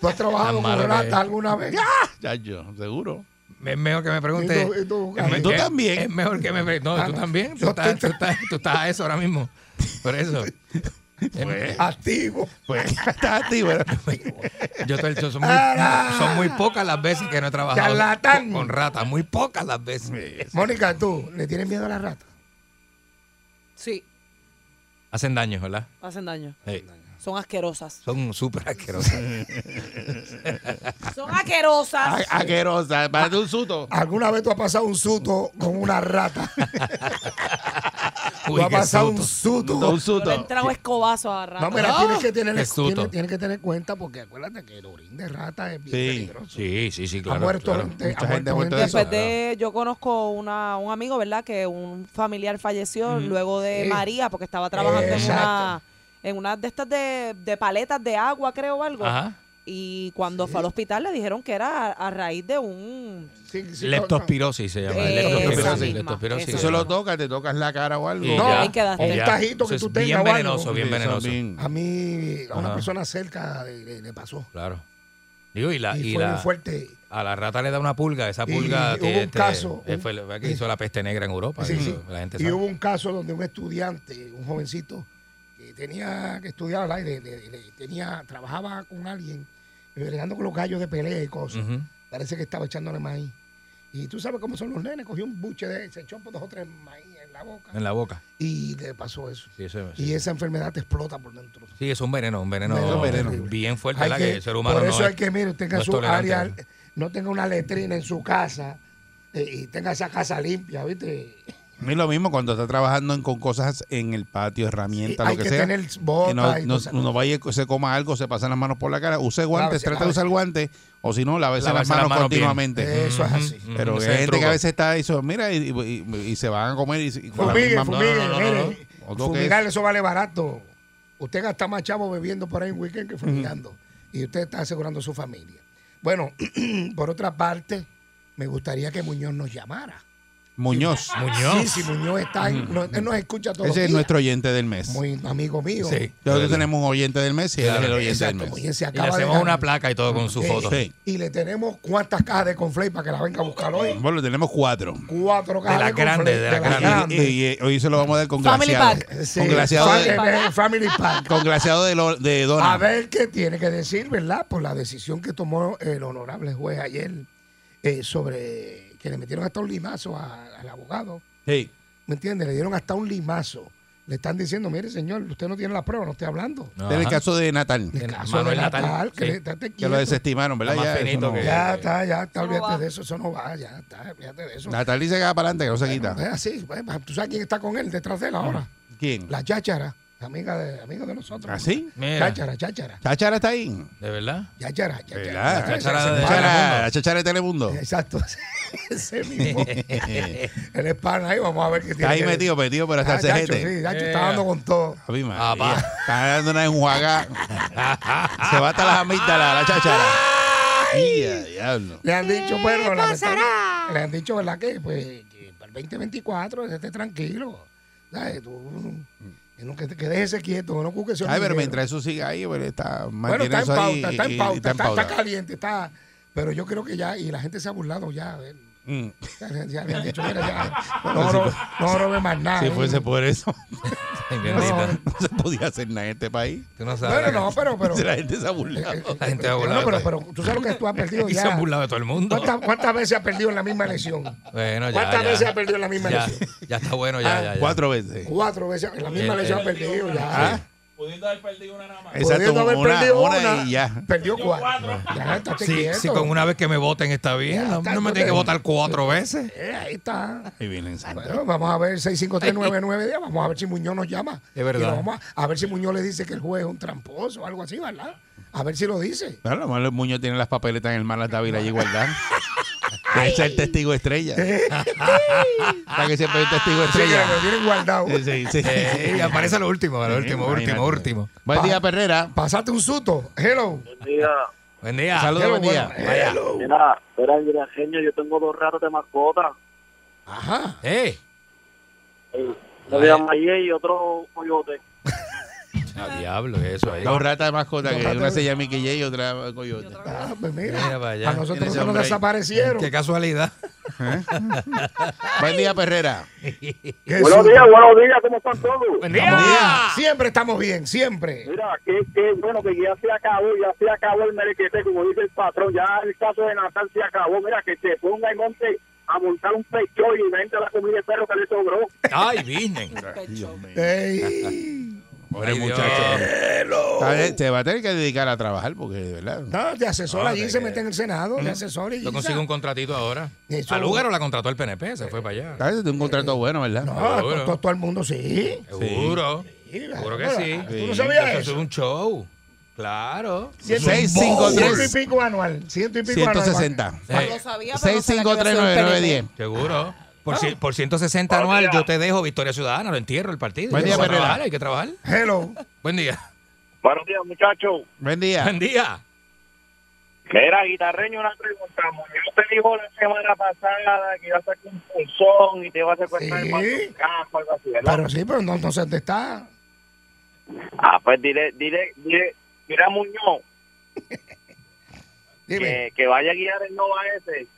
[SPEAKER 2] ¿Tú has trabajado
[SPEAKER 5] Tan malo
[SPEAKER 2] con
[SPEAKER 5] que es.
[SPEAKER 2] ratas alguna vez? ¡Ah!
[SPEAKER 4] Ya yo, seguro.
[SPEAKER 5] Es mejor que me pregunte.
[SPEAKER 2] Y tú- y tú-
[SPEAKER 5] es me-
[SPEAKER 4] Tú
[SPEAKER 5] es-
[SPEAKER 4] también.
[SPEAKER 5] Es mejor que me pregunte. No, tú también.
[SPEAKER 2] Ah,
[SPEAKER 5] Tú
[SPEAKER 2] yo te-
[SPEAKER 5] estás, tú, estás, tú estás a eso ahora mismo. Por eso. Es-
[SPEAKER 2] Activo.
[SPEAKER 4] Pues está activo. ¿verdad?
[SPEAKER 5] Yo te he dicho, son muy,
[SPEAKER 2] ¡Ara!
[SPEAKER 5] son muy pocas las veces que no he trabajado
[SPEAKER 2] Ah, Charlatán.
[SPEAKER 5] con, con ratas. Muy pocas las
[SPEAKER 4] eh,
[SPEAKER 5] veces.
[SPEAKER 2] Mónica, ¿tú le tienes miedo a las ratas?
[SPEAKER 6] Sí,
[SPEAKER 5] Hacen daño, ¿verdad?
[SPEAKER 6] hacen daño.
[SPEAKER 5] Sí.
[SPEAKER 6] Son asquerosas.
[SPEAKER 5] Son súper asquerosas.
[SPEAKER 6] Son asquerosas.
[SPEAKER 4] A- Aquerosa, parece un susto.
[SPEAKER 2] ¿Alguna vez tú has pasado un susto con una rata?
[SPEAKER 5] Uy,
[SPEAKER 2] tú has
[SPEAKER 5] qué
[SPEAKER 2] pasado
[SPEAKER 5] susto.
[SPEAKER 2] un susto.
[SPEAKER 4] Un
[SPEAKER 6] Yo le he
[SPEAKER 4] susto.
[SPEAKER 6] entrado escobazo a ratas.
[SPEAKER 2] No, mira, tienes que tener,
[SPEAKER 5] Qué susto.
[SPEAKER 2] tienes, tienes que tener cuenta porque acuérdate que el orín de rata es bien
[SPEAKER 4] Sí.
[SPEAKER 2] peligroso.
[SPEAKER 5] Sí, sí, sí, claro.
[SPEAKER 2] ha muerto
[SPEAKER 5] claro.
[SPEAKER 2] gente,
[SPEAKER 4] Mucha
[SPEAKER 2] ha
[SPEAKER 4] gente ha
[SPEAKER 2] muerto gente.
[SPEAKER 4] muerto de eso.
[SPEAKER 6] Después de, yo conozco una, un amigo, ¿verdad? Que un familiar falleció luego de
[SPEAKER 2] Sí.
[SPEAKER 6] María porque estaba trabajando en
[SPEAKER 2] Exacto.
[SPEAKER 6] una, en una de estas de, de paletas de agua, creo, o algo.
[SPEAKER 5] Ajá.
[SPEAKER 6] Y cuando fue al hospital le dijeron que era a, a raíz de un...
[SPEAKER 2] Sí, sí,
[SPEAKER 5] Leptospirosis se llama.
[SPEAKER 6] Esa
[SPEAKER 5] Leptospirosis.
[SPEAKER 6] misma,
[SPEAKER 5] Leptospirosis.
[SPEAKER 6] esa
[SPEAKER 4] Eso lo tocas, te tocas la cara o algo.
[SPEAKER 5] Y
[SPEAKER 2] No,
[SPEAKER 5] ya.
[SPEAKER 6] ahí quedaste.
[SPEAKER 5] Y
[SPEAKER 2] O un
[SPEAKER 5] ya.
[SPEAKER 2] tajito que
[SPEAKER 5] Eso
[SPEAKER 2] tú
[SPEAKER 5] es
[SPEAKER 2] tengas o
[SPEAKER 5] bien
[SPEAKER 2] algo.
[SPEAKER 5] venenoso, bien
[SPEAKER 4] Sí, eso es
[SPEAKER 5] venenoso.
[SPEAKER 4] bien-
[SPEAKER 2] A mí, a
[SPEAKER 5] Ajá.
[SPEAKER 2] una persona cerca le, le- le pasó.
[SPEAKER 5] Claro. Digo, y la,
[SPEAKER 2] Y,
[SPEAKER 5] y
[SPEAKER 2] fue
[SPEAKER 5] la-
[SPEAKER 2] muy fuerte.
[SPEAKER 5] a la rata le da una pulga. Esa
[SPEAKER 2] Y
[SPEAKER 5] pulga
[SPEAKER 2] hubo un caso,
[SPEAKER 5] eh,
[SPEAKER 2] un-
[SPEAKER 5] fue la que hizo la peste negra en Europa.
[SPEAKER 2] Sí,
[SPEAKER 5] eso,
[SPEAKER 2] sí.
[SPEAKER 5] La gente
[SPEAKER 2] Y
[SPEAKER 5] sabe.
[SPEAKER 2] hubo un caso donde un estudiante, un jovencito, que tenía que estudiar al aire, le- le- tenía, trabajaba con alguien, eh, bregando con los gallos de pelea y cosas.
[SPEAKER 5] Ujú.
[SPEAKER 2] Parece que estaba echándole maíz. Y tú sabes cómo son los nenes, cogió un buche de, se echó dos o tres maíz en la boca
[SPEAKER 5] En la boca.
[SPEAKER 2] y le pasó eso.
[SPEAKER 5] Sí, eso,
[SPEAKER 2] Y
[SPEAKER 5] sí.
[SPEAKER 2] esa enfermedad te explota por dentro.
[SPEAKER 5] Sí, es un veneno, un veneno,
[SPEAKER 2] Veneno, veneno.
[SPEAKER 5] bien fuerte,
[SPEAKER 2] Hay
[SPEAKER 5] ¿verdad?
[SPEAKER 2] que-
[SPEAKER 5] Que, el ser humano
[SPEAKER 2] por eso
[SPEAKER 5] no
[SPEAKER 2] hay que, mire, tenga
[SPEAKER 5] no es
[SPEAKER 2] su
[SPEAKER 5] tolerante,
[SPEAKER 2] área,
[SPEAKER 5] ¿verdad?
[SPEAKER 2] no tenga una letrina en su casa eh, y tenga esa casa limpia, ¿viste?
[SPEAKER 4] Es lo mismo cuando está trabajando en- con cosas en el patio, herramientas,
[SPEAKER 2] Sí, hay
[SPEAKER 4] lo que,
[SPEAKER 2] que
[SPEAKER 4] sea.
[SPEAKER 2] tener botas
[SPEAKER 4] que no,
[SPEAKER 2] y
[SPEAKER 4] no-
[SPEAKER 2] cosas.
[SPEAKER 4] uno vaya y se coma algo, se pasan las manos por la cara, use guantes,
[SPEAKER 2] Lávese,
[SPEAKER 4] trata de usar guantes, o si no, lávese, las
[SPEAKER 5] Lavarse
[SPEAKER 4] manos
[SPEAKER 5] las manos bien.
[SPEAKER 4] continuamente.
[SPEAKER 2] Eso es así.
[SPEAKER 5] Ujú,
[SPEAKER 4] Pero
[SPEAKER 5] ese
[SPEAKER 4] hay
[SPEAKER 5] es el
[SPEAKER 4] gente que
[SPEAKER 5] truco.
[SPEAKER 4] a veces está eso, mira, y, y- y- y se van a comer y, y con la
[SPEAKER 2] Fumigue,
[SPEAKER 4] misma-
[SPEAKER 2] fumigue,
[SPEAKER 4] No, no, no, no, no.
[SPEAKER 2] mire.
[SPEAKER 4] Otro que es-
[SPEAKER 2] Fumigar, eso vale barato. Usted gasta más chavo bebiendo por ahí en weekend que fumigando. Y usted está asegurando su familia. Bueno, por otra parte, me gustaría que Muñoz nos llamara.
[SPEAKER 4] Muñoz.
[SPEAKER 2] Sí, sí, Muñoz está en- no- él nos escucha todos los
[SPEAKER 4] Ese es
[SPEAKER 2] días.
[SPEAKER 4] nuestro oyente del mes.
[SPEAKER 2] Muy amigo mío.
[SPEAKER 5] Sí.
[SPEAKER 4] Nosotros tenemos un oyente del mes y él es el oyente
[SPEAKER 2] Exacto,
[SPEAKER 4] del mes.
[SPEAKER 2] Muñoz se
[SPEAKER 5] Y le
[SPEAKER 2] acaba de
[SPEAKER 5] hacemos
[SPEAKER 2] ganar.
[SPEAKER 5] una placa y todo con su
[SPEAKER 2] Sí.
[SPEAKER 5] foto.
[SPEAKER 4] Sí.
[SPEAKER 2] Eh, Y le tenemos cuántas cajas de conflay para que la venga a buscar hoy.
[SPEAKER 4] Bueno, tenemos cuatro.
[SPEAKER 2] Cuatro cajas
[SPEAKER 5] las grandes,
[SPEAKER 2] Conflay,
[SPEAKER 5] de las grandes.
[SPEAKER 4] Y, y- y hoy se lo vamos a dar con
[SPEAKER 6] Family
[SPEAKER 4] glaseado.
[SPEAKER 6] pack.
[SPEAKER 2] Sí,
[SPEAKER 4] Con glaseado
[SPEAKER 2] Family
[SPEAKER 4] de,
[SPEAKER 2] Pack. Family Pack.
[SPEAKER 4] con glaseado de, lo- de Donald.
[SPEAKER 2] A ver qué tiene que decir, ¿verdad? Por la decisión que tomó el honorable juez ayer eh, sobre que le metieron hasta un limazo a- al abogado.
[SPEAKER 4] Sí.
[SPEAKER 2] ¿Me entiendes? Le dieron hasta un limazo. Le están diciendo, mire, señor, usted no tiene la prueba, no estoy hablando.
[SPEAKER 4] Este es el caso de Natal,
[SPEAKER 2] El
[SPEAKER 5] Del
[SPEAKER 2] caso
[SPEAKER 5] Manuel
[SPEAKER 2] de
[SPEAKER 5] Natal,
[SPEAKER 2] Natal, que
[SPEAKER 5] sí.
[SPEAKER 2] le- estate
[SPEAKER 4] que lo
[SPEAKER 2] quieto.
[SPEAKER 4] desestimaron, ¿verdad?
[SPEAKER 5] Está más
[SPEAKER 4] Ya, eso
[SPEAKER 5] finito
[SPEAKER 4] no-
[SPEAKER 5] que-
[SPEAKER 2] Ya está, ya está,
[SPEAKER 6] Eso no
[SPEAKER 2] olvídate
[SPEAKER 6] va.
[SPEAKER 2] de eso, eso no va, ya está, olvídate de eso.
[SPEAKER 4] Natal dice que va para adelante, que no se quita.
[SPEAKER 2] Es así, pues, tú sabes quién está con él detrás de él ahora.
[SPEAKER 5] Mm.
[SPEAKER 4] ¿Quién?
[SPEAKER 2] La cháchara, amiga de, amiga de nosotros.
[SPEAKER 5] ¿Ah,
[SPEAKER 4] ¿Así?
[SPEAKER 5] Mira,
[SPEAKER 2] Cháchara, cháchara,
[SPEAKER 4] Chachara está ahí.
[SPEAKER 5] de verdad.
[SPEAKER 2] cháchara, cháchara.
[SPEAKER 4] ¿Verdad?
[SPEAKER 2] La se
[SPEAKER 5] cháchara de-
[SPEAKER 2] para.
[SPEAKER 4] Chachara, la chachara de Telemundo.
[SPEAKER 2] Exacto, ese mismo. Él es pana ahí, vamos a ver qué tiene.
[SPEAKER 4] Está ahí
[SPEAKER 2] que
[SPEAKER 4] metido,
[SPEAKER 2] decir.
[SPEAKER 4] metido, pero hasta
[SPEAKER 2] Ah,
[SPEAKER 4] el
[SPEAKER 2] Chacho,
[SPEAKER 4] cejete.
[SPEAKER 2] sí, Chacho está dando con todo.
[SPEAKER 4] Javi María.
[SPEAKER 5] Ah, pa.
[SPEAKER 4] Está dando una enjuaga. Se va hasta las amígdalas, la chachara. Ya, diablo.
[SPEAKER 2] Le han dicho, bueno, lamentable- le han dicho, ¿verdad? Que pues que para el 2024 esté tranquilo. ¿Sabes? Tú, que no que, que déjese quieto, que no busques ese
[SPEAKER 4] Ay, pero
[SPEAKER 2] hormiguero.
[SPEAKER 4] mientras eso siga ahí, pero está
[SPEAKER 2] Bueno,
[SPEAKER 4] mantiene
[SPEAKER 2] está en
[SPEAKER 4] eso ahí
[SPEAKER 2] pauta, está
[SPEAKER 4] y-
[SPEAKER 2] en
[SPEAKER 4] y-
[SPEAKER 2] pauta,
[SPEAKER 4] está en
[SPEAKER 2] está, está
[SPEAKER 4] pauta.
[SPEAKER 2] caliente, está. Pero yo creo que ya, y la gente se ha burlado ya. de él.
[SPEAKER 4] Mm.
[SPEAKER 2] Ya, le- ya le han dicho, mira, ya. No, no, no robe más nada.
[SPEAKER 4] Si
[SPEAKER 2] ¿eh?
[SPEAKER 4] fuese por eso,
[SPEAKER 5] Ay, bendita.
[SPEAKER 2] No.
[SPEAKER 4] no se podía hacer nada en este país.
[SPEAKER 5] Tú no sabes.
[SPEAKER 2] Bueno,
[SPEAKER 5] la
[SPEAKER 2] no,
[SPEAKER 5] que-
[SPEAKER 2] pero, pero.
[SPEAKER 4] Si la gente se ha
[SPEAKER 2] Eh, eh,
[SPEAKER 4] burlado.
[SPEAKER 5] La gente va a
[SPEAKER 2] eh,
[SPEAKER 5] burlar
[SPEAKER 2] no, pero,
[SPEAKER 5] de todo.
[SPEAKER 2] pero tú sabes lo que tú has perdido
[SPEAKER 5] Y se han
[SPEAKER 2] ya.
[SPEAKER 5] burlado de todo el mundo.
[SPEAKER 2] ¿Cuántas, cuántas veces has perdido en la misma elección?
[SPEAKER 5] Bueno, ya,
[SPEAKER 2] ¿Cuántas
[SPEAKER 5] ya.
[SPEAKER 2] veces ha perdido en la misma
[SPEAKER 5] ya,
[SPEAKER 2] elección?
[SPEAKER 5] ya está bueno, ya, ya, ya.
[SPEAKER 4] Cuatro veces. ¿Ah?
[SPEAKER 2] Cuatro veces en la misma
[SPEAKER 5] Eh,
[SPEAKER 2] elección
[SPEAKER 5] eh.
[SPEAKER 2] ha perdido ya.
[SPEAKER 4] Exacto,
[SPEAKER 2] Pudiendo haber
[SPEAKER 4] una,
[SPEAKER 2] perdido
[SPEAKER 4] una
[SPEAKER 2] una,
[SPEAKER 4] y ya.
[SPEAKER 2] Perdió cuatro. Ya, estate
[SPEAKER 5] Si,
[SPEAKER 2] quieto.
[SPEAKER 5] si con una vez que me voten está bien, no,
[SPEAKER 2] está,
[SPEAKER 5] no me
[SPEAKER 2] tú te-
[SPEAKER 5] tiene que votar cuatro veces.
[SPEAKER 2] Eh, ahí está.
[SPEAKER 4] Y vienen santos.
[SPEAKER 2] Bueno, vamos a ver 6539910. Vamos a ver si Muñoz nos llama.
[SPEAKER 5] Es verdad.
[SPEAKER 2] Y lo vamos a, a ver si Muñoz le dice que el juez es un tramposo o algo así, ¿verdad? A ver si lo dice.
[SPEAKER 4] Claro, a lo mejor el Muñoz tiene las papeletas en el Malas Dávila y Igualdad. Debe ser el testigo estrella. Para que siempre el
[SPEAKER 2] Sí,
[SPEAKER 4] testigo
[SPEAKER 2] que
[SPEAKER 4] estrella.
[SPEAKER 2] lo tienen guardado.
[SPEAKER 4] Sí, sí, sí.
[SPEAKER 5] Eh, y aparece lo último, lo último,
[SPEAKER 4] Imagínate.
[SPEAKER 5] último, último.
[SPEAKER 4] Buen día, Perrera.
[SPEAKER 2] Pasate un susto. Hello.
[SPEAKER 8] Mira,
[SPEAKER 5] Buen día.
[SPEAKER 4] Saludos,
[SPEAKER 2] Hello,
[SPEAKER 4] buen día.
[SPEAKER 2] bueno, eh, hello.
[SPEAKER 8] mira, mira, mira, genio, yo tengo dos ratas de mascota.
[SPEAKER 2] Ajá.
[SPEAKER 5] Eh,
[SPEAKER 8] Uno de Amayé y otro coyote.
[SPEAKER 5] Ah, diablo, eso ahí.
[SPEAKER 4] Dos ratas de mascota,
[SPEAKER 2] Dos
[SPEAKER 4] que
[SPEAKER 2] ratas
[SPEAKER 4] una
[SPEAKER 2] de-
[SPEAKER 4] se llama Mickey J y otra Coyote.
[SPEAKER 2] Ah, pues mira,
[SPEAKER 5] Mira para allá.
[SPEAKER 2] a nosotros
[SPEAKER 4] Tienes
[SPEAKER 2] se nos
[SPEAKER 4] hombre ahí.
[SPEAKER 2] desaparecieron.
[SPEAKER 5] Qué casualidad.
[SPEAKER 4] Buen día, Perrera.
[SPEAKER 2] Qué
[SPEAKER 8] Buenos
[SPEAKER 2] susto.
[SPEAKER 8] días, buenos días, ¿cómo están todos?
[SPEAKER 3] Buen
[SPEAKER 2] Estamos bien.
[SPEAKER 3] día.
[SPEAKER 2] Siempre estamos bien, siempre.
[SPEAKER 8] Mira, qué, qué bueno que ya se acabó, ya se acabó el merequete, como dice el patrón, ya el caso de Natal se acabó. Mira, que se ponga en monte a montar un pecho y vende la comida de perro que le sobró.
[SPEAKER 5] Ay, Virgen.
[SPEAKER 6] Pecho.
[SPEAKER 2] Ey,
[SPEAKER 4] Pobre
[SPEAKER 5] Ay,
[SPEAKER 4] muchacho. Está bien, Te va a tener que dedicar a trabajar porque, de verdad.
[SPEAKER 2] no, te asesora
[SPEAKER 5] Ah,
[SPEAKER 2] allí,
[SPEAKER 5] de
[SPEAKER 2] se
[SPEAKER 5] que-
[SPEAKER 2] mete en el Senado, te asesora y
[SPEAKER 5] Yo consigo un contratito ahora.
[SPEAKER 2] Eso-
[SPEAKER 5] A Lugaro la contrató el PNP, se fue para allá.
[SPEAKER 4] A veces tiene un contrato bueno, ¿verdad?
[SPEAKER 2] No,
[SPEAKER 5] Seguro.
[SPEAKER 2] Ah, pues to- to- todo el mundo sí.
[SPEAKER 5] Seguro.
[SPEAKER 2] Sí, la-
[SPEAKER 5] Seguro que
[SPEAKER 2] bueno,
[SPEAKER 5] sí.
[SPEAKER 2] ¿Tú no
[SPEAKER 4] Sí.
[SPEAKER 2] sabías
[SPEAKER 5] Eso es
[SPEAKER 2] eso?
[SPEAKER 5] un show. Claro.
[SPEAKER 4] Seis, cinco,
[SPEAKER 2] Ciento y
[SPEAKER 4] tres,
[SPEAKER 2] pico anual. Ciento y pico anual.
[SPEAKER 4] 160.
[SPEAKER 6] Ah, lo sabía, pero no sabía que iba a ser el PNP.
[SPEAKER 4] 6539910.
[SPEAKER 5] Seguro. Por, ci- por 160 anual yo te dejo Victoria Ciudadana, lo entierro el partido.
[SPEAKER 4] Buen día,
[SPEAKER 5] Hay que
[SPEAKER 4] Perrera.
[SPEAKER 5] trabajar, Hay que trabajar.
[SPEAKER 2] Hello.
[SPEAKER 5] Buen día.
[SPEAKER 8] Buenos días, muchachos.
[SPEAKER 4] Buen día.
[SPEAKER 5] Buen día.
[SPEAKER 8] Mira, guitarreño, una pregunta. Muñoz te dijo la semana pasada que iba a sacar un pulsón y te iba a secuestrar
[SPEAKER 2] Sí.
[SPEAKER 8] el el campo, algo así, ¿verdad?
[SPEAKER 2] Pero sí, pero no, no sé dónde está.
[SPEAKER 8] Ah, pues dile, dile, dile, dile a Muñoz
[SPEAKER 2] Dime.
[SPEAKER 8] que, que vaya a guiar el Nova ese.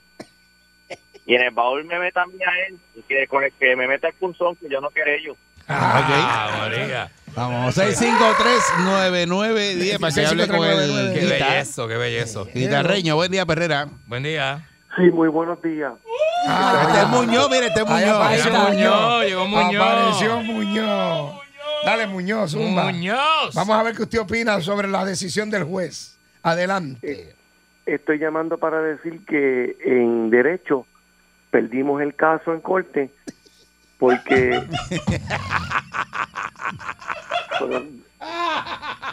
[SPEAKER 8] Y en el baúl me meta a mí a él y que, con el que me meta el pulsón que yo no quiero yo.
[SPEAKER 5] Ah, María.
[SPEAKER 4] Vamos, 6539910 para que hable con el
[SPEAKER 5] Qué
[SPEAKER 4] guitar-
[SPEAKER 5] bellezo, qué bellezo.
[SPEAKER 4] guitarreño. Buen día, Perrera.
[SPEAKER 5] Buen día.
[SPEAKER 8] Sí, muy buenos días.
[SPEAKER 2] Ah,
[SPEAKER 4] Este es Muñoz, mire, este es
[SPEAKER 2] ahí apareció
[SPEAKER 4] Muñoz.
[SPEAKER 5] Llegó Muñoz, llegó Muñoz.
[SPEAKER 2] Apareció Muñoz. Dale, Muñoz, zumba.
[SPEAKER 5] Muñoz.
[SPEAKER 2] Vamos a ver qué usted opina sobre la decisión del juez. Adelante.
[SPEAKER 8] Estoy llamando para decir que en derecho perdimos el caso en corte porque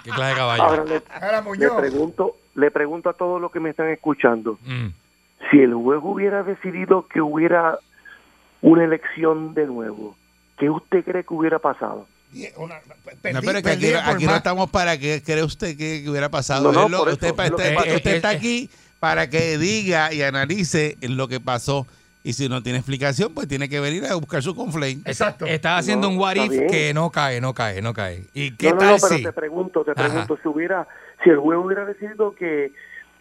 [SPEAKER 5] Qué clase de
[SPEAKER 8] ahora
[SPEAKER 5] caballo.
[SPEAKER 8] le,
[SPEAKER 2] Ahora,
[SPEAKER 8] le
[SPEAKER 2] Muñoz.
[SPEAKER 8] pregunto, le pregunto a todos los que me están escuchando.
[SPEAKER 5] Mm.
[SPEAKER 8] si el juez hubiera decidido que hubiera una elección de nuevo, ¿qué usted cree que hubiera pasado?
[SPEAKER 2] Una-
[SPEAKER 4] No,
[SPEAKER 2] perdí-
[SPEAKER 4] pero es que aquí,
[SPEAKER 2] perdí por
[SPEAKER 4] aquí no
[SPEAKER 2] más.
[SPEAKER 4] estamos para que cree usted que, que hubiera
[SPEAKER 8] No,
[SPEAKER 4] pasado.
[SPEAKER 8] no,
[SPEAKER 4] Es lo-
[SPEAKER 8] por
[SPEAKER 4] usted
[SPEAKER 8] eso,
[SPEAKER 4] pa-
[SPEAKER 8] lo
[SPEAKER 4] está-
[SPEAKER 5] que-
[SPEAKER 4] usted
[SPEAKER 5] eh,
[SPEAKER 4] está
[SPEAKER 5] eh,
[SPEAKER 4] aquí para que diga y analice lo que pasó. Y si no tiene explicación, pues tiene que venir a buscar su complaint.
[SPEAKER 2] Exacto.
[SPEAKER 5] Estás haciendo
[SPEAKER 8] No,
[SPEAKER 5] un what
[SPEAKER 8] está
[SPEAKER 5] if
[SPEAKER 8] bien.
[SPEAKER 5] que no cae, no cae, no cae. ¿Y qué
[SPEAKER 8] no, no,
[SPEAKER 5] tal
[SPEAKER 8] no, pero
[SPEAKER 5] si?
[SPEAKER 8] te pregunto, te
[SPEAKER 5] Ajá.
[SPEAKER 8] pregunto, si hubiera, si el juez hubiera decidido que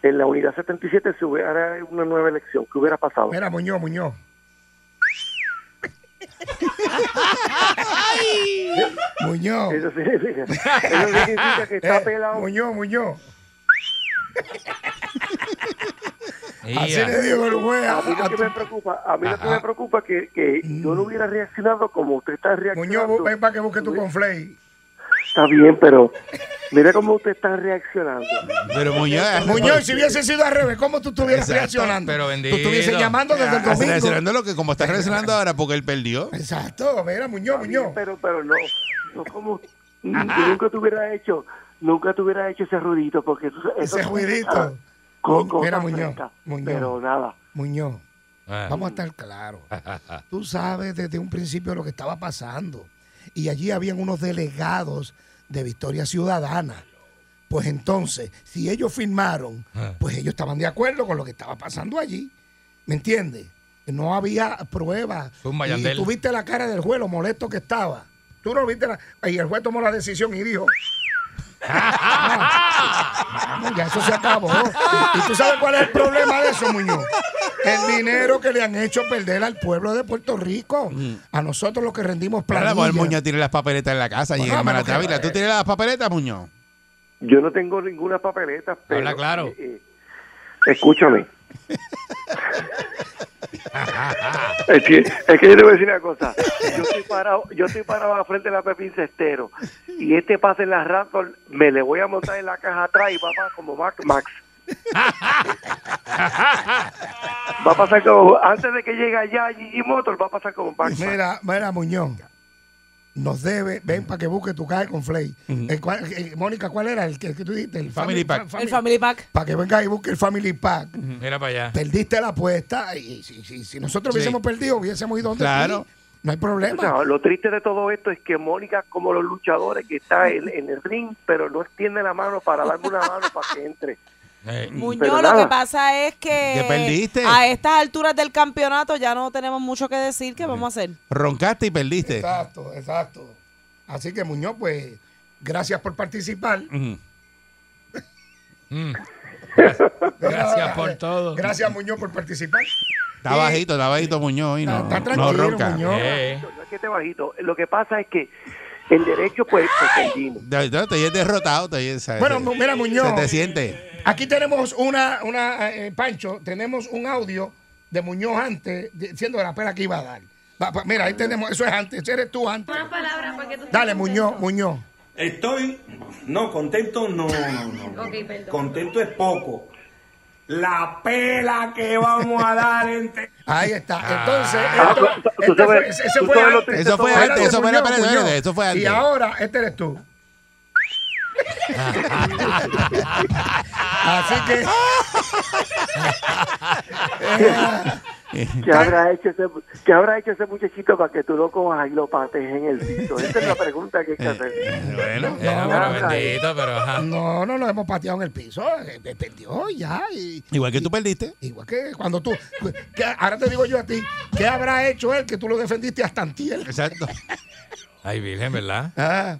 [SPEAKER 8] en la unidad 77 se hubiera una nueva elección, ¿qué hubiera pasado?
[SPEAKER 2] Mira, Muñoz, Muñoz. Muñoz.
[SPEAKER 8] Eso significa, eso significa que está
[SPEAKER 2] Eh,
[SPEAKER 8] pelado.
[SPEAKER 2] Muñoz, Muñoz.
[SPEAKER 5] Ia.
[SPEAKER 2] Así le digo el juez. a-
[SPEAKER 8] A mí
[SPEAKER 2] a
[SPEAKER 8] lo que
[SPEAKER 2] tu- Mm.
[SPEAKER 8] me preocupa, a mí lo que
[SPEAKER 5] Ajá.
[SPEAKER 8] me preocupa es que, que yo no hubiera reaccionado como usted está reaccionando.
[SPEAKER 2] Muñoz, bu- ven para que busque tu conflay.
[SPEAKER 8] Está bien, pero mire cómo usted está reaccionando.
[SPEAKER 4] Pero Muñoz.
[SPEAKER 2] Muñoz, si hubiese sido al revés, ¿cómo tú estuvieras
[SPEAKER 4] Exacto,
[SPEAKER 2] reaccionando?
[SPEAKER 5] pero
[SPEAKER 2] tú
[SPEAKER 5] bendito.
[SPEAKER 2] estuviese llamando desde el
[SPEAKER 4] está
[SPEAKER 2] domingo.
[SPEAKER 4] reaccionando lo que como está reaccionando ahora porque él perdió.
[SPEAKER 2] Exacto, mira, Muñoz, Muñoz.
[SPEAKER 8] Pero, pero no, no como yo nunca te hubiera hecho, nunca te hubiera hecho ese ruidito, porque eso, eso
[SPEAKER 2] Ese ruidito.
[SPEAKER 8] Con, con
[SPEAKER 2] Mira,
[SPEAKER 8] cosas
[SPEAKER 2] Muñoz,
[SPEAKER 8] frescas,
[SPEAKER 2] Muñoz.
[SPEAKER 8] Pero nada.
[SPEAKER 2] Muñoz.
[SPEAKER 5] Ah.
[SPEAKER 2] Vamos a estar claros. Tú sabes desde un principio lo que estaba pasando. Y allí habían unos delegados de Victoria Ciudadana. Pues entonces, si ellos firmaron, pues ellos estaban de acuerdo con lo que estaba pasando allí. ¿Me entiendes? No había pruebas.
[SPEAKER 5] Zumba,
[SPEAKER 2] Y
[SPEAKER 5] Yandel.
[SPEAKER 2] tú viste la cara del juez, lo molesto que estaba. Tú no viste la... Y el juez tomó la decisión y dijo...
[SPEAKER 4] Ah,
[SPEAKER 2] No, ya eso se acabó. ¿Y tú sabes cuál es el problema de eso, Muñoz? El dinero que le han hecho perder al pueblo de Puerto Rico. A nosotros los que rendimos
[SPEAKER 4] Para
[SPEAKER 2] planillas.
[SPEAKER 4] el pues, Muñoz tiene las papeletas en la casa.
[SPEAKER 2] Bueno,
[SPEAKER 4] y en
[SPEAKER 2] pero que-
[SPEAKER 4] Maratávila. ¿Tú tienes las papeletas, Muñoz?
[SPEAKER 8] Yo no tengo ninguna papeleta, pero...
[SPEAKER 5] Habla claro.
[SPEAKER 8] eh, eh, escúchame. es, que, es que yo te voy a decir una cosa. Yo estoy parado, yo estoy parado al frente de la Pepín Cestero y este pase en la Raptor me le voy a montar en la caja atrás y va a pasar como Max. Max. va a pasar como... Antes de que llegue allá Gigi Motor, va a pasar como Max. Max.
[SPEAKER 2] Mira, mira, Muñoz. Nos debe, ven para que busque tu caja con Flay. El cual- el- Mónica, ¿cuál era? El que, el que tú dijiste, el
[SPEAKER 4] Family Pack.
[SPEAKER 6] El Family Pack.
[SPEAKER 2] Para que venga y busque el Family Pack.
[SPEAKER 5] Mira para allá.
[SPEAKER 2] Perdiste la apuesta y si, si- si nosotros hubiésemos perdido, hubiésemos ido donde
[SPEAKER 4] Claro.
[SPEAKER 2] ti. No hay problema.
[SPEAKER 8] O sea, lo triste de todo esto es que Mónica, como los luchadores, que está en, en el ring, pero no extiende la mano para darme una mano para que entre.
[SPEAKER 5] Eh,
[SPEAKER 6] Muñoz,
[SPEAKER 8] Pero
[SPEAKER 6] lo
[SPEAKER 8] nada.
[SPEAKER 6] que pasa es que
[SPEAKER 4] Que perdiste.
[SPEAKER 6] a estas alturas del campeonato ya no tenemos mucho que decir. ¿Qué vamos a hacer?
[SPEAKER 4] Roncaste y perdiste.
[SPEAKER 2] Exacto, exacto. Así que Muñoz, pues, Gracias por participar.
[SPEAKER 5] Gracias Mm. por todo.
[SPEAKER 2] Gracias, Muñoz, por participar.
[SPEAKER 4] Está bajito, está bajito Muñoz hoy, no,
[SPEAKER 2] Está, está
[SPEAKER 4] no
[SPEAKER 2] tranquilo,
[SPEAKER 4] ronca.
[SPEAKER 2] Muñoz.
[SPEAKER 5] Eh,
[SPEAKER 8] No es que esté bajito. Lo que pasa es que en derecho, pues, pues perdimos.
[SPEAKER 4] Te te- te- derrotado, te, se-
[SPEAKER 2] Bueno,
[SPEAKER 4] se-
[SPEAKER 2] mu- mira, Muñoz.
[SPEAKER 4] se te siente.
[SPEAKER 2] Aquí tenemos una, una eh, Pancho, tenemos un audio de Muñoz antes, diciendo la pela que iba a dar. Va, va, mira, ahí tenemos, eso es antes, ese eres tú antes.
[SPEAKER 9] palabras porque tú
[SPEAKER 2] Dale, Muñoz, Muñoz.
[SPEAKER 7] Estoy, no, contento no, no, no.
[SPEAKER 9] Ok, perdón.
[SPEAKER 7] Contento es poco. La pela que vamos a dar entre...
[SPEAKER 2] Ahí está. Entonces,
[SPEAKER 8] Ah,
[SPEAKER 2] esto-
[SPEAKER 8] tú- tú
[SPEAKER 2] esto
[SPEAKER 8] sabes-
[SPEAKER 2] fue- ese- ese
[SPEAKER 8] tú
[SPEAKER 2] fue
[SPEAKER 8] sabes lo
[SPEAKER 2] antes.
[SPEAKER 8] triste
[SPEAKER 4] Eso fue
[SPEAKER 8] todo
[SPEAKER 4] antes,
[SPEAKER 8] esto.
[SPEAKER 4] eso fue-
[SPEAKER 2] Muñoz,
[SPEAKER 4] espérate, espérate,
[SPEAKER 2] Muñoz.
[SPEAKER 4] eso fue
[SPEAKER 2] Y
[SPEAKER 4] antes.
[SPEAKER 2] ahora, este eres tú. Así que.
[SPEAKER 8] ¿Qué habrá, hecho ese, ¿Qué habrá hecho ese muchachito para que tú lo cojas y lo pates en el piso? Esa es la pregunta que hay que hacer.
[SPEAKER 4] Eh, Bueno,
[SPEAKER 5] era
[SPEAKER 8] no,
[SPEAKER 5] bueno,
[SPEAKER 8] no.
[SPEAKER 5] bendito, pero ajá.
[SPEAKER 2] No, no lo hemos pateado en el piso. eh, eh, Perdió ya. y-
[SPEAKER 4] igual que tú perdiste.
[SPEAKER 2] Igual que cuando tú. que ahora te digo yo a ti, ¿qué habrá hecho él que tú lo defendiste hasta antier?
[SPEAKER 4] Exacto.
[SPEAKER 5] Ay, virgen, ¿verdad?
[SPEAKER 2] Ah,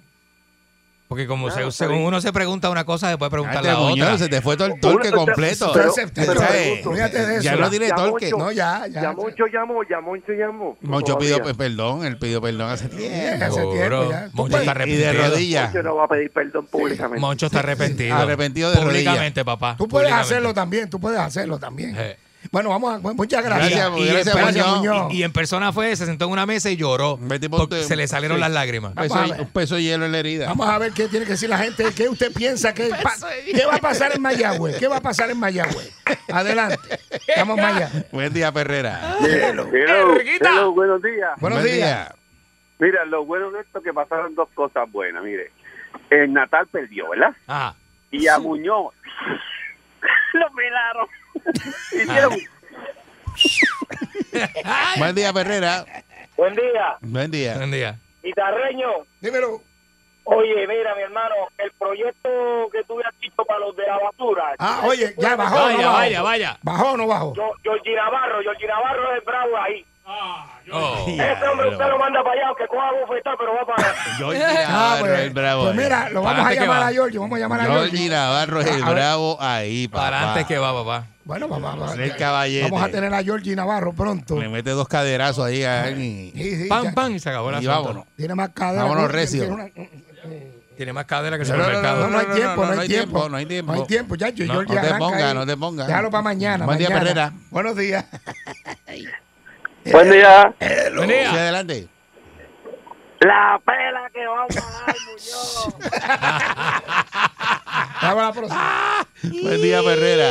[SPEAKER 5] Porque como se- según uno se pregunta una cosa, después preguntar
[SPEAKER 4] Este
[SPEAKER 5] la
[SPEAKER 4] Muñoz,
[SPEAKER 5] otra.
[SPEAKER 4] se te fue todo el eh, torque
[SPEAKER 8] Pero-
[SPEAKER 4] completo.
[SPEAKER 8] pero-
[SPEAKER 4] ¿Sabes?
[SPEAKER 2] pero
[SPEAKER 8] pregunto.
[SPEAKER 2] Olvídate de
[SPEAKER 4] ya
[SPEAKER 2] eso.
[SPEAKER 4] no tiene
[SPEAKER 8] Ya
[SPEAKER 4] torque.
[SPEAKER 8] mucho.
[SPEAKER 4] No,
[SPEAKER 2] no, ya, ya.
[SPEAKER 8] Ya Moncho llamó, ya Moncho llamó.
[SPEAKER 4] Moncho pidió
[SPEAKER 8] Todavía.
[SPEAKER 4] pe- perdón, él pidió perdón hace tiempo.
[SPEAKER 2] hace
[SPEAKER 5] Seguro.
[SPEAKER 2] tiempo ya. Tú
[SPEAKER 5] Moncho está
[SPEAKER 2] puedes-
[SPEAKER 4] Y de
[SPEAKER 5] arrepentido.
[SPEAKER 4] rodillas.
[SPEAKER 8] Moncho no va a pedir perdón públicamente.
[SPEAKER 5] Moncho está arrepentido.
[SPEAKER 4] Arrepentido de rodillas.
[SPEAKER 5] Públicamente, papá.
[SPEAKER 2] Tú puedes
[SPEAKER 5] públicamente.
[SPEAKER 2] hacerlo también, tú puedes hacerlo también.
[SPEAKER 5] Eh.
[SPEAKER 2] Bueno, vamos a. bueno, Muchas gracias.
[SPEAKER 4] Gracias,
[SPEAKER 5] Y,
[SPEAKER 4] gracias,
[SPEAKER 5] en
[SPEAKER 4] Muñoz.
[SPEAKER 5] persona,
[SPEAKER 2] Muñoz.
[SPEAKER 5] y- y en persona fue, se sentó en una mesa y lloró.
[SPEAKER 4] Vete y ponte-
[SPEAKER 5] Porque se le salieron
[SPEAKER 4] sí.
[SPEAKER 5] las lágrimas.
[SPEAKER 4] Un peso-
[SPEAKER 2] Vamos a ver.
[SPEAKER 4] un peso de hielo en la herida.
[SPEAKER 2] Vamos a ver qué tiene que decir la gente. ¿Qué usted piensa? que pa- ¿Qué va a pasar en Mayagüez? ¿Qué va a pasar en Mayagüez? Adelante. Estamos en Mayagüez.
[SPEAKER 4] Buen día, Perrera.
[SPEAKER 8] Hello, hello, buenos días.
[SPEAKER 2] Buenos
[SPEAKER 4] Buen
[SPEAKER 2] días.
[SPEAKER 4] día.
[SPEAKER 8] Mira, lo bueno de esto es que pasaron dos cosas buenas, mire. El Natal perdió, ¿verdad?
[SPEAKER 5] Ah,
[SPEAKER 8] Y a Muñoz lo pelaron. Hicieron
[SPEAKER 4] Buen día, Perrera.
[SPEAKER 10] Buen día,
[SPEAKER 4] Buen día.
[SPEAKER 5] buen día.
[SPEAKER 10] guitarreño.
[SPEAKER 2] Dímelo.
[SPEAKER 10] Oye, mira, mi hermano, el proyecto que tú has dicho para los de la basura.
[SPEAKER 2] Ah, oye, ya bajó. o no
[SPEAKER 5] Vaya,
[SPEAKER 2] bajó?
[SPEAKER 5] vaya, vaya.
[SPEAKER 2] ¿Bajó o no bajó?
[SPEAKER 10] Yo- Georgie Navarro, Georgie Navarro es bravo ahí.
[SPEAKER 5] Oh.
[SPEAKER 10] Ese hombre usted lo manda para allá, que coja bufetar, pero va para allá.
[SPEAKER 4] Yo
[SPEAKER 2] Ah,
[SPEAKER 4] Navarro
[SPEAKER 2] pues,
[SPEAKER 4] el bravo.
[SPEAKER 2] pues
[SPEAKER 4] ahí.
[SPEAKER 2] mira, lo vamos a
[SPEAKER 5] Adelante que
[SPEAKER 2] llamar
[SPEAKER 5] va.
[SPEAKER 2] a Giorgio. Vamos a llamar a
[SPEAKER 4] Jordi
[SPEAKER 2] Giorgio.
[SPEAKER 4] Navarro es el
[SPEAKER 2] A ver.
[SPEAKER 4] bravo ahí, papá.
[SPEAKER 5] Para antes que va, papá.
[SPEAKER 2] Bueno, vamos, vamos,
[SPEAKER 4] El caballete.
[SPEAKER 2] vamos a tener a Giorgi Navarro pronto.
[SPEAKER 4] Le mete dos caderazos ahí a él y,
[SPEAKER 2] Sí, sí, ya.
[SPEAKER 5] Pam, pam, y se acabó la
[SPEAKER 4] y vámonos.
[SPEAKER 2] Tiene más cadera.
[SPEAKER 4] Vámonos,
[SPEAKER 2] Tiene-
[SPEAKER 4] recio.
[SPEAKER 2] tiene una-
[SPEAKER 5] Tiene más cadera que el
[SPEAKER 4] No, no, no,
[SPEAKER 5] supermercado.
[SPEAKER 2] No, no, hay
[SPEAKER 4] no,
[SPEAKER 2] tiempo,
[SPEAKER 4] no,
[SPEAKER 2] no hay tiempo.
[SPEAKER 4] no hay tiempo.
[SPEAKER 2] No hay tiempo, ya. yo-
[SPEAKER 4] No,
[SPEAKER 2] Giorgi
[SPEAKER 4] no te
[SPEAKER 2] arranca
[SPEAKER 4] ponga,
[SPEAKER 2] ahí.
[SPEAKER 4] no te ponga.
[SPEAKER 2] Déjalo para mañana.
[SPEAKER 4] Buen día,
[SPEAKER 2] mañana.
[SPEAKER 4] Perrera.
[SPEAKER 2] Buenos días.
[SPEAKER 8] Buen día.
[SPEAKER 5] Buen
[SPEAKER 4] Sí,
[SPEAKER 5] día.
[SPEAKER 4] adelante.
[SPEAKER 10] La pela que vamos a dar, Muñoz.
[SPEAKER 2] Vamos a la próxima.
[SPEAKER 4] Buen día, Perrera.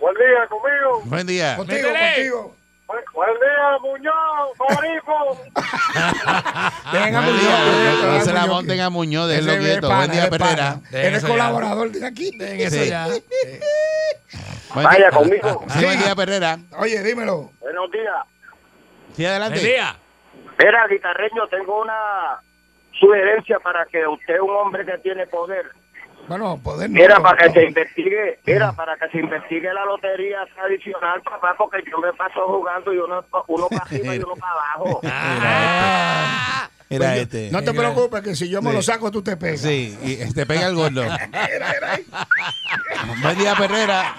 [SPEAKER 10] Buen día, conmigo.
[SPEAKER 4] Buen día.
[SPEAKER 2] Contigo, contigo.
[SPEAKER 10] Buen día, Muñoz, Fabrico.
[SPEAKER 2] Venga,
[SPEAKER 4] Buen
[SPEAKER 2] Muñoz,
[SPEAKER 4] día.
[SPEAKER 2] venga,
[SPEAKER 4] No,
[SPEAKER 2] venga,
[SPEAKER 4] se la
[SPEAKER 2] Muñoz.
[SPEAKER 4] monten a Muñoz,
[SPEAKER 2] Ese
[SPEAKER 4] déjenlo
[SPEAKER 2] es
[SPEAKER 4] quieto.
[SPEAKER 2] pana,
[SPEAKER 4] Buen día,
[SPEAKER 2] es pana.
[SPEAKER 4] Perrera.
[SPEAKER 5] Dejen
[SPEAKER 2] Él es
[SPEAKER 5] eso ya.
[SPEAKER 2] colaborador de aquí.
[SPEAKER 4] Sí. Buen
[SPEAKER 10] Vaya
[SPEAKER 4] día. Ah,
[SPEAKER 10] conmigo.
[SPEAKER 4] Sí, buen día, Perrera.
[SPEAKER 2] Oye, dímelo.
[SPEAKER 10] Buenos días.
[SPEAKER 4] Sí,
[SPEAKER 5] Buen
[SPEAKER 4] adelante.
[SPEAKER 5] día.
[SPEAKER 10] Mira, guitarreño, tengo una sugerencia para que usted, un hombre que tiene poder,
[SPEAKER 2] Bueno, poder no,
[SPEAKER 10] Era
[SPEAKER 2] no, Mm.
[SPEAKER 10] para que
[SPEAKER 2] no.
[SPEAKER 10] se investigue, era para que se investigue la lotería tradicional, papá, porque yo me paso jugando y uno, uno para arriba y uno para abajo.
[SPEAKER 2] Ah,
[SPEAKER 4] Era
[SPEAKER 2] pues yo-
[SPEAKER 4] este.
[SPEAKER 2] No te preocupes, que si yo me
[SPEAKER 4] Sí.
[SPEAKER 2] lo saco, tú te pegas. Ah,
[SPEAKER 4] Sí, y te pega el gordo. Buen día, Perrera.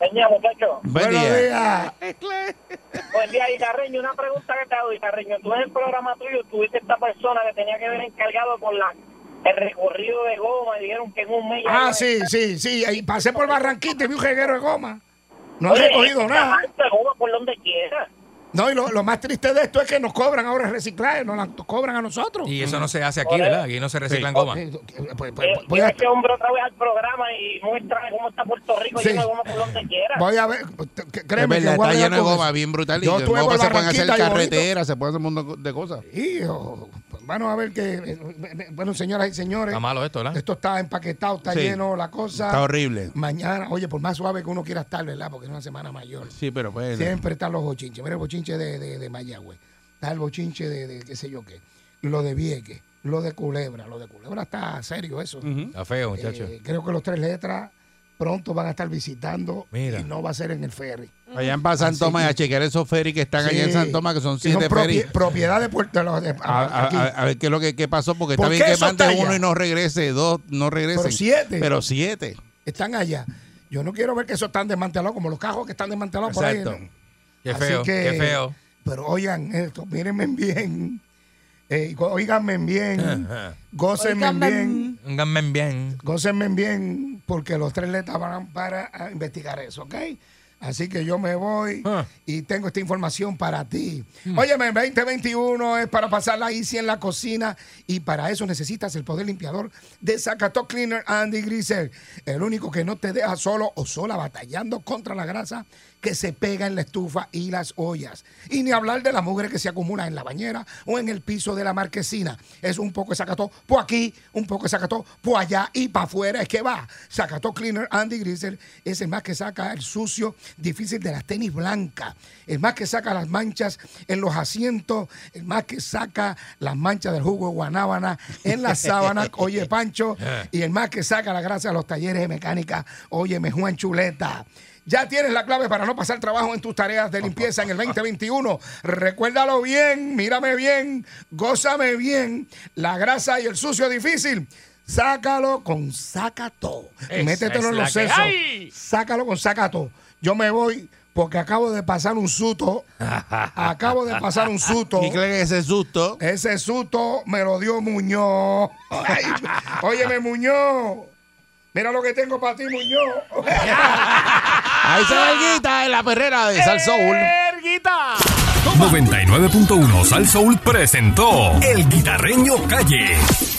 [SPEAKER 10] Señor, muchacho.
[SPEAKER 4] Buen
[SPEAKER 2] Buenos
[SPEAKER 4] día.
[SPEAKER 2] días.
[SPEAKER 10] Buen día, Guitarreño. Una pregunta que te hago, Guitarreño. Tú en el programa tuyo tuviste esta persona que tenía que ver encargado con la el recorrido de goma y dijeron que en un mes... ya
[SPEAKER 2] Ah,
[SPEAKER 10] iba-
[SPEAKER 2] sí, sí, sí. Ahí pasé por Barranquita y vi un jeguero de goma. No han
[SPEAKER 10] Oye,
[SPEAKER 2] recogido nada.
[SPEAKER 10] avance, goma por donde quiera.
[SPEAKER 2] No, y lo, lo más triste de esto es que nos cobran ahora el reciclaje, nos la cobran a nosotros. Mm.
[SPEAKER 5] Y eso no se hace aquí, ¿verdad? Aquí no se reciclan gomas.
[SPEAKER 2] Eh, pues, pues,
[SPEAKER 10] Eh,
[SPEAKER 2] voy, a,
[SPEAKER 10] Este hombre otra vez al programa y muestra cómo está Puerto Rico
[SPEAKER 2] Sí.
[SPEAKER 10] lleno de goma por donde quiera.
[SPEAKER 2] voy a ver. c-
[SPEAKER 4] Es
[SPEAKER 2] Créeme que
[SPEAKER 4] verdad,
[SPEAKER 2] voy a
[SPEAKER 4] está
[SPEAKER 2] bregar
[SPEAKER 4] lleno de
[SPEAKER 2] con
[SPEAKER 4] goma,
[SPEAKER 2] eso.
[SPEAKER 4] bien brutal. Y
[SPEAKER 2] Yo
[SPEAKER 4] los
[SPEAKER 2] estuve por
[SPEAKER 4] gomas se pueden hacer
[SPEAKER 2] Barranquita y bonito.
[SPEAKER 4] carreteras, se pueden hacer un montón de cosas.
[SPEAKER 2] Hijo, bueno, a ver que. eh, Bueno, señoras y señores,
[SPEAKER 5] Está malo esto, ¿verdad?
[SPEAKER 2] esto está empaquetado, está
[SPEAKER 4] Sí.
[SPEAKER 2] lleno la cosa.
[SPEAKER 4] Está horrible.
[SPEAKER 2] Mañana, oye, por más suave que uno quiera estar, ¿verdad? Porque es una semana mayor.
[SPEAKER 4] Sí, pero pues.
[SPEAKER 2] Siempre están los bochinches. Mira el bochinche de, de, de Mayagüez. Está el bochinche de, de qué sé yo qué. Lo de Vieques. Lo de Culebra. Lo de Culebra está serio eso.
[SPEAKER 5] Está feo, muchacho.
[SPEAKER 2] Eh, creo que los tres letras pronto van a estar visitando
[SPEAKER 4] Mira.
[SPEAKER 2] y no va a ser en el ferry.
[SPEAKER 4] Allá en San
[SPEAKER 2] Así
[SPEAKER 4] Tomás y
[SPEAKER 2] que-
[SPEAKER 4] a chequear esos ferries que están allá en
[SPEAKER 2] Sí.
[SPEAKER 4] San Tomás, que son
[SPEAKER 2] Que son
[SPEAKER 4] siete
[SPEAKER 2] propie-
[SPEAKER 4] ferries.
[SPEAKER 2] propiedad de Puerto de los- de-
[SPEAKER 4] A, a-
[SPEAKER 2] aquí.
[SPEAKER 4] a- a ver qué es lo que qué pasó, porque
[SPEAKER 2] ¿Por
[SPEAKER 4] está bien
[SPEAKER 2] qué
[SPEAKER 4] que
[SPEAKER 2] eso está
[SPEAKER 4] mande
[SPEAKER 2] allá?
[SPEAKER 4] uno y no regrese, dos no regresen.
[SPEAKER 2] Pero siete.
[SPEAKER 4] Pero siete.
[SPEAKER 2] están allá. Yo no quiero ver que eso están desmantelados, como los cajos que están desmantelados por
[SPEAKER 4] Exacto.
[SPEAKER 2] ahí. ¿no?
[SPEAKER 5] Qué
[SPEAKER 2] Así
[SPEAKER 5] feo,
[SPEAKER 2] que-
[SPEAKER 5] qué feo.
[SPEAKER 2] Pero oigan esto, mírenme bien, eh, go- óiganme bien, gócenme
[SPEAKER 6] Óiganme.
[SPEAKER 2] bien,
[SPEAKER 5] Pónganme bien.
[SPEAKER 2] gócenme bien, porque los tres letras van para a investigar eso, ¿ok? Así que yo me voy
[SPEAKER 5] Ah.
[SPEAKER 2] y tengo esta información para ti. Óyeme, 2021 es para pasarla easy en la cocina y para eso necesitas el poder limpiador de Zacató Cleaner Andy Greaser, el único que no te deja solo o sola batallando contra la grasa que se pega en la estufa y las ollas. Y ni hablar de la mugre que se acumula en la bañera o en el piso de la marquesina. Es un poco de Zacató por aquí, un poco de Zacató por allá y para afuera es que va. Zacató Cleaner Andy Greaser es el más que saca el sucio difícil de las tenis blancas, el más que saca las manchas en los asientos, el más que saca las manchas del jugo de guanábana en las sábanas, oye Pancho,
[SPEAKER 5] Ah.
[SPEAKER 2] y el más que saca la grasa de los talleres de mecánica, oye me Juan Chuleta. Ya tienes la clave para no pasar trabajo en tus tareas de limpieza en el 2021. Recuérdalo bien, mírame bien, gózame bien. La grasa y el sucio difícil, sácalo con sacato.
[SPEAKER 5] Esa
[SPEAKER 2] Métetelo
[SPEAKER 5] es
[SPEAKER 2] en
[SPEAKER 5] la
[SPEAKER 2] los
[SPEAKER 5] que
[SPEAKER 2] sesos
[SPEAKER 5] hay.
[SPEAKER 2] sácalo con sacato. Yo me voy porque acabo de pasar un susto. Acabo de pasar un susto.
[SPEAKER 4] ¿Y creen ese susto?
[SPEAKER 2] Ese susto me lo dio Muñoz. Ay, óyeme, Muñoz. Mira lo que tengo para ti, Muñoz.
[SPEAKER 4] Ahí se va el guita en la perrera de Sal Soul.
[SPEAKER 11] 99.1 Sal Soul presentó El Guitarreño Calle.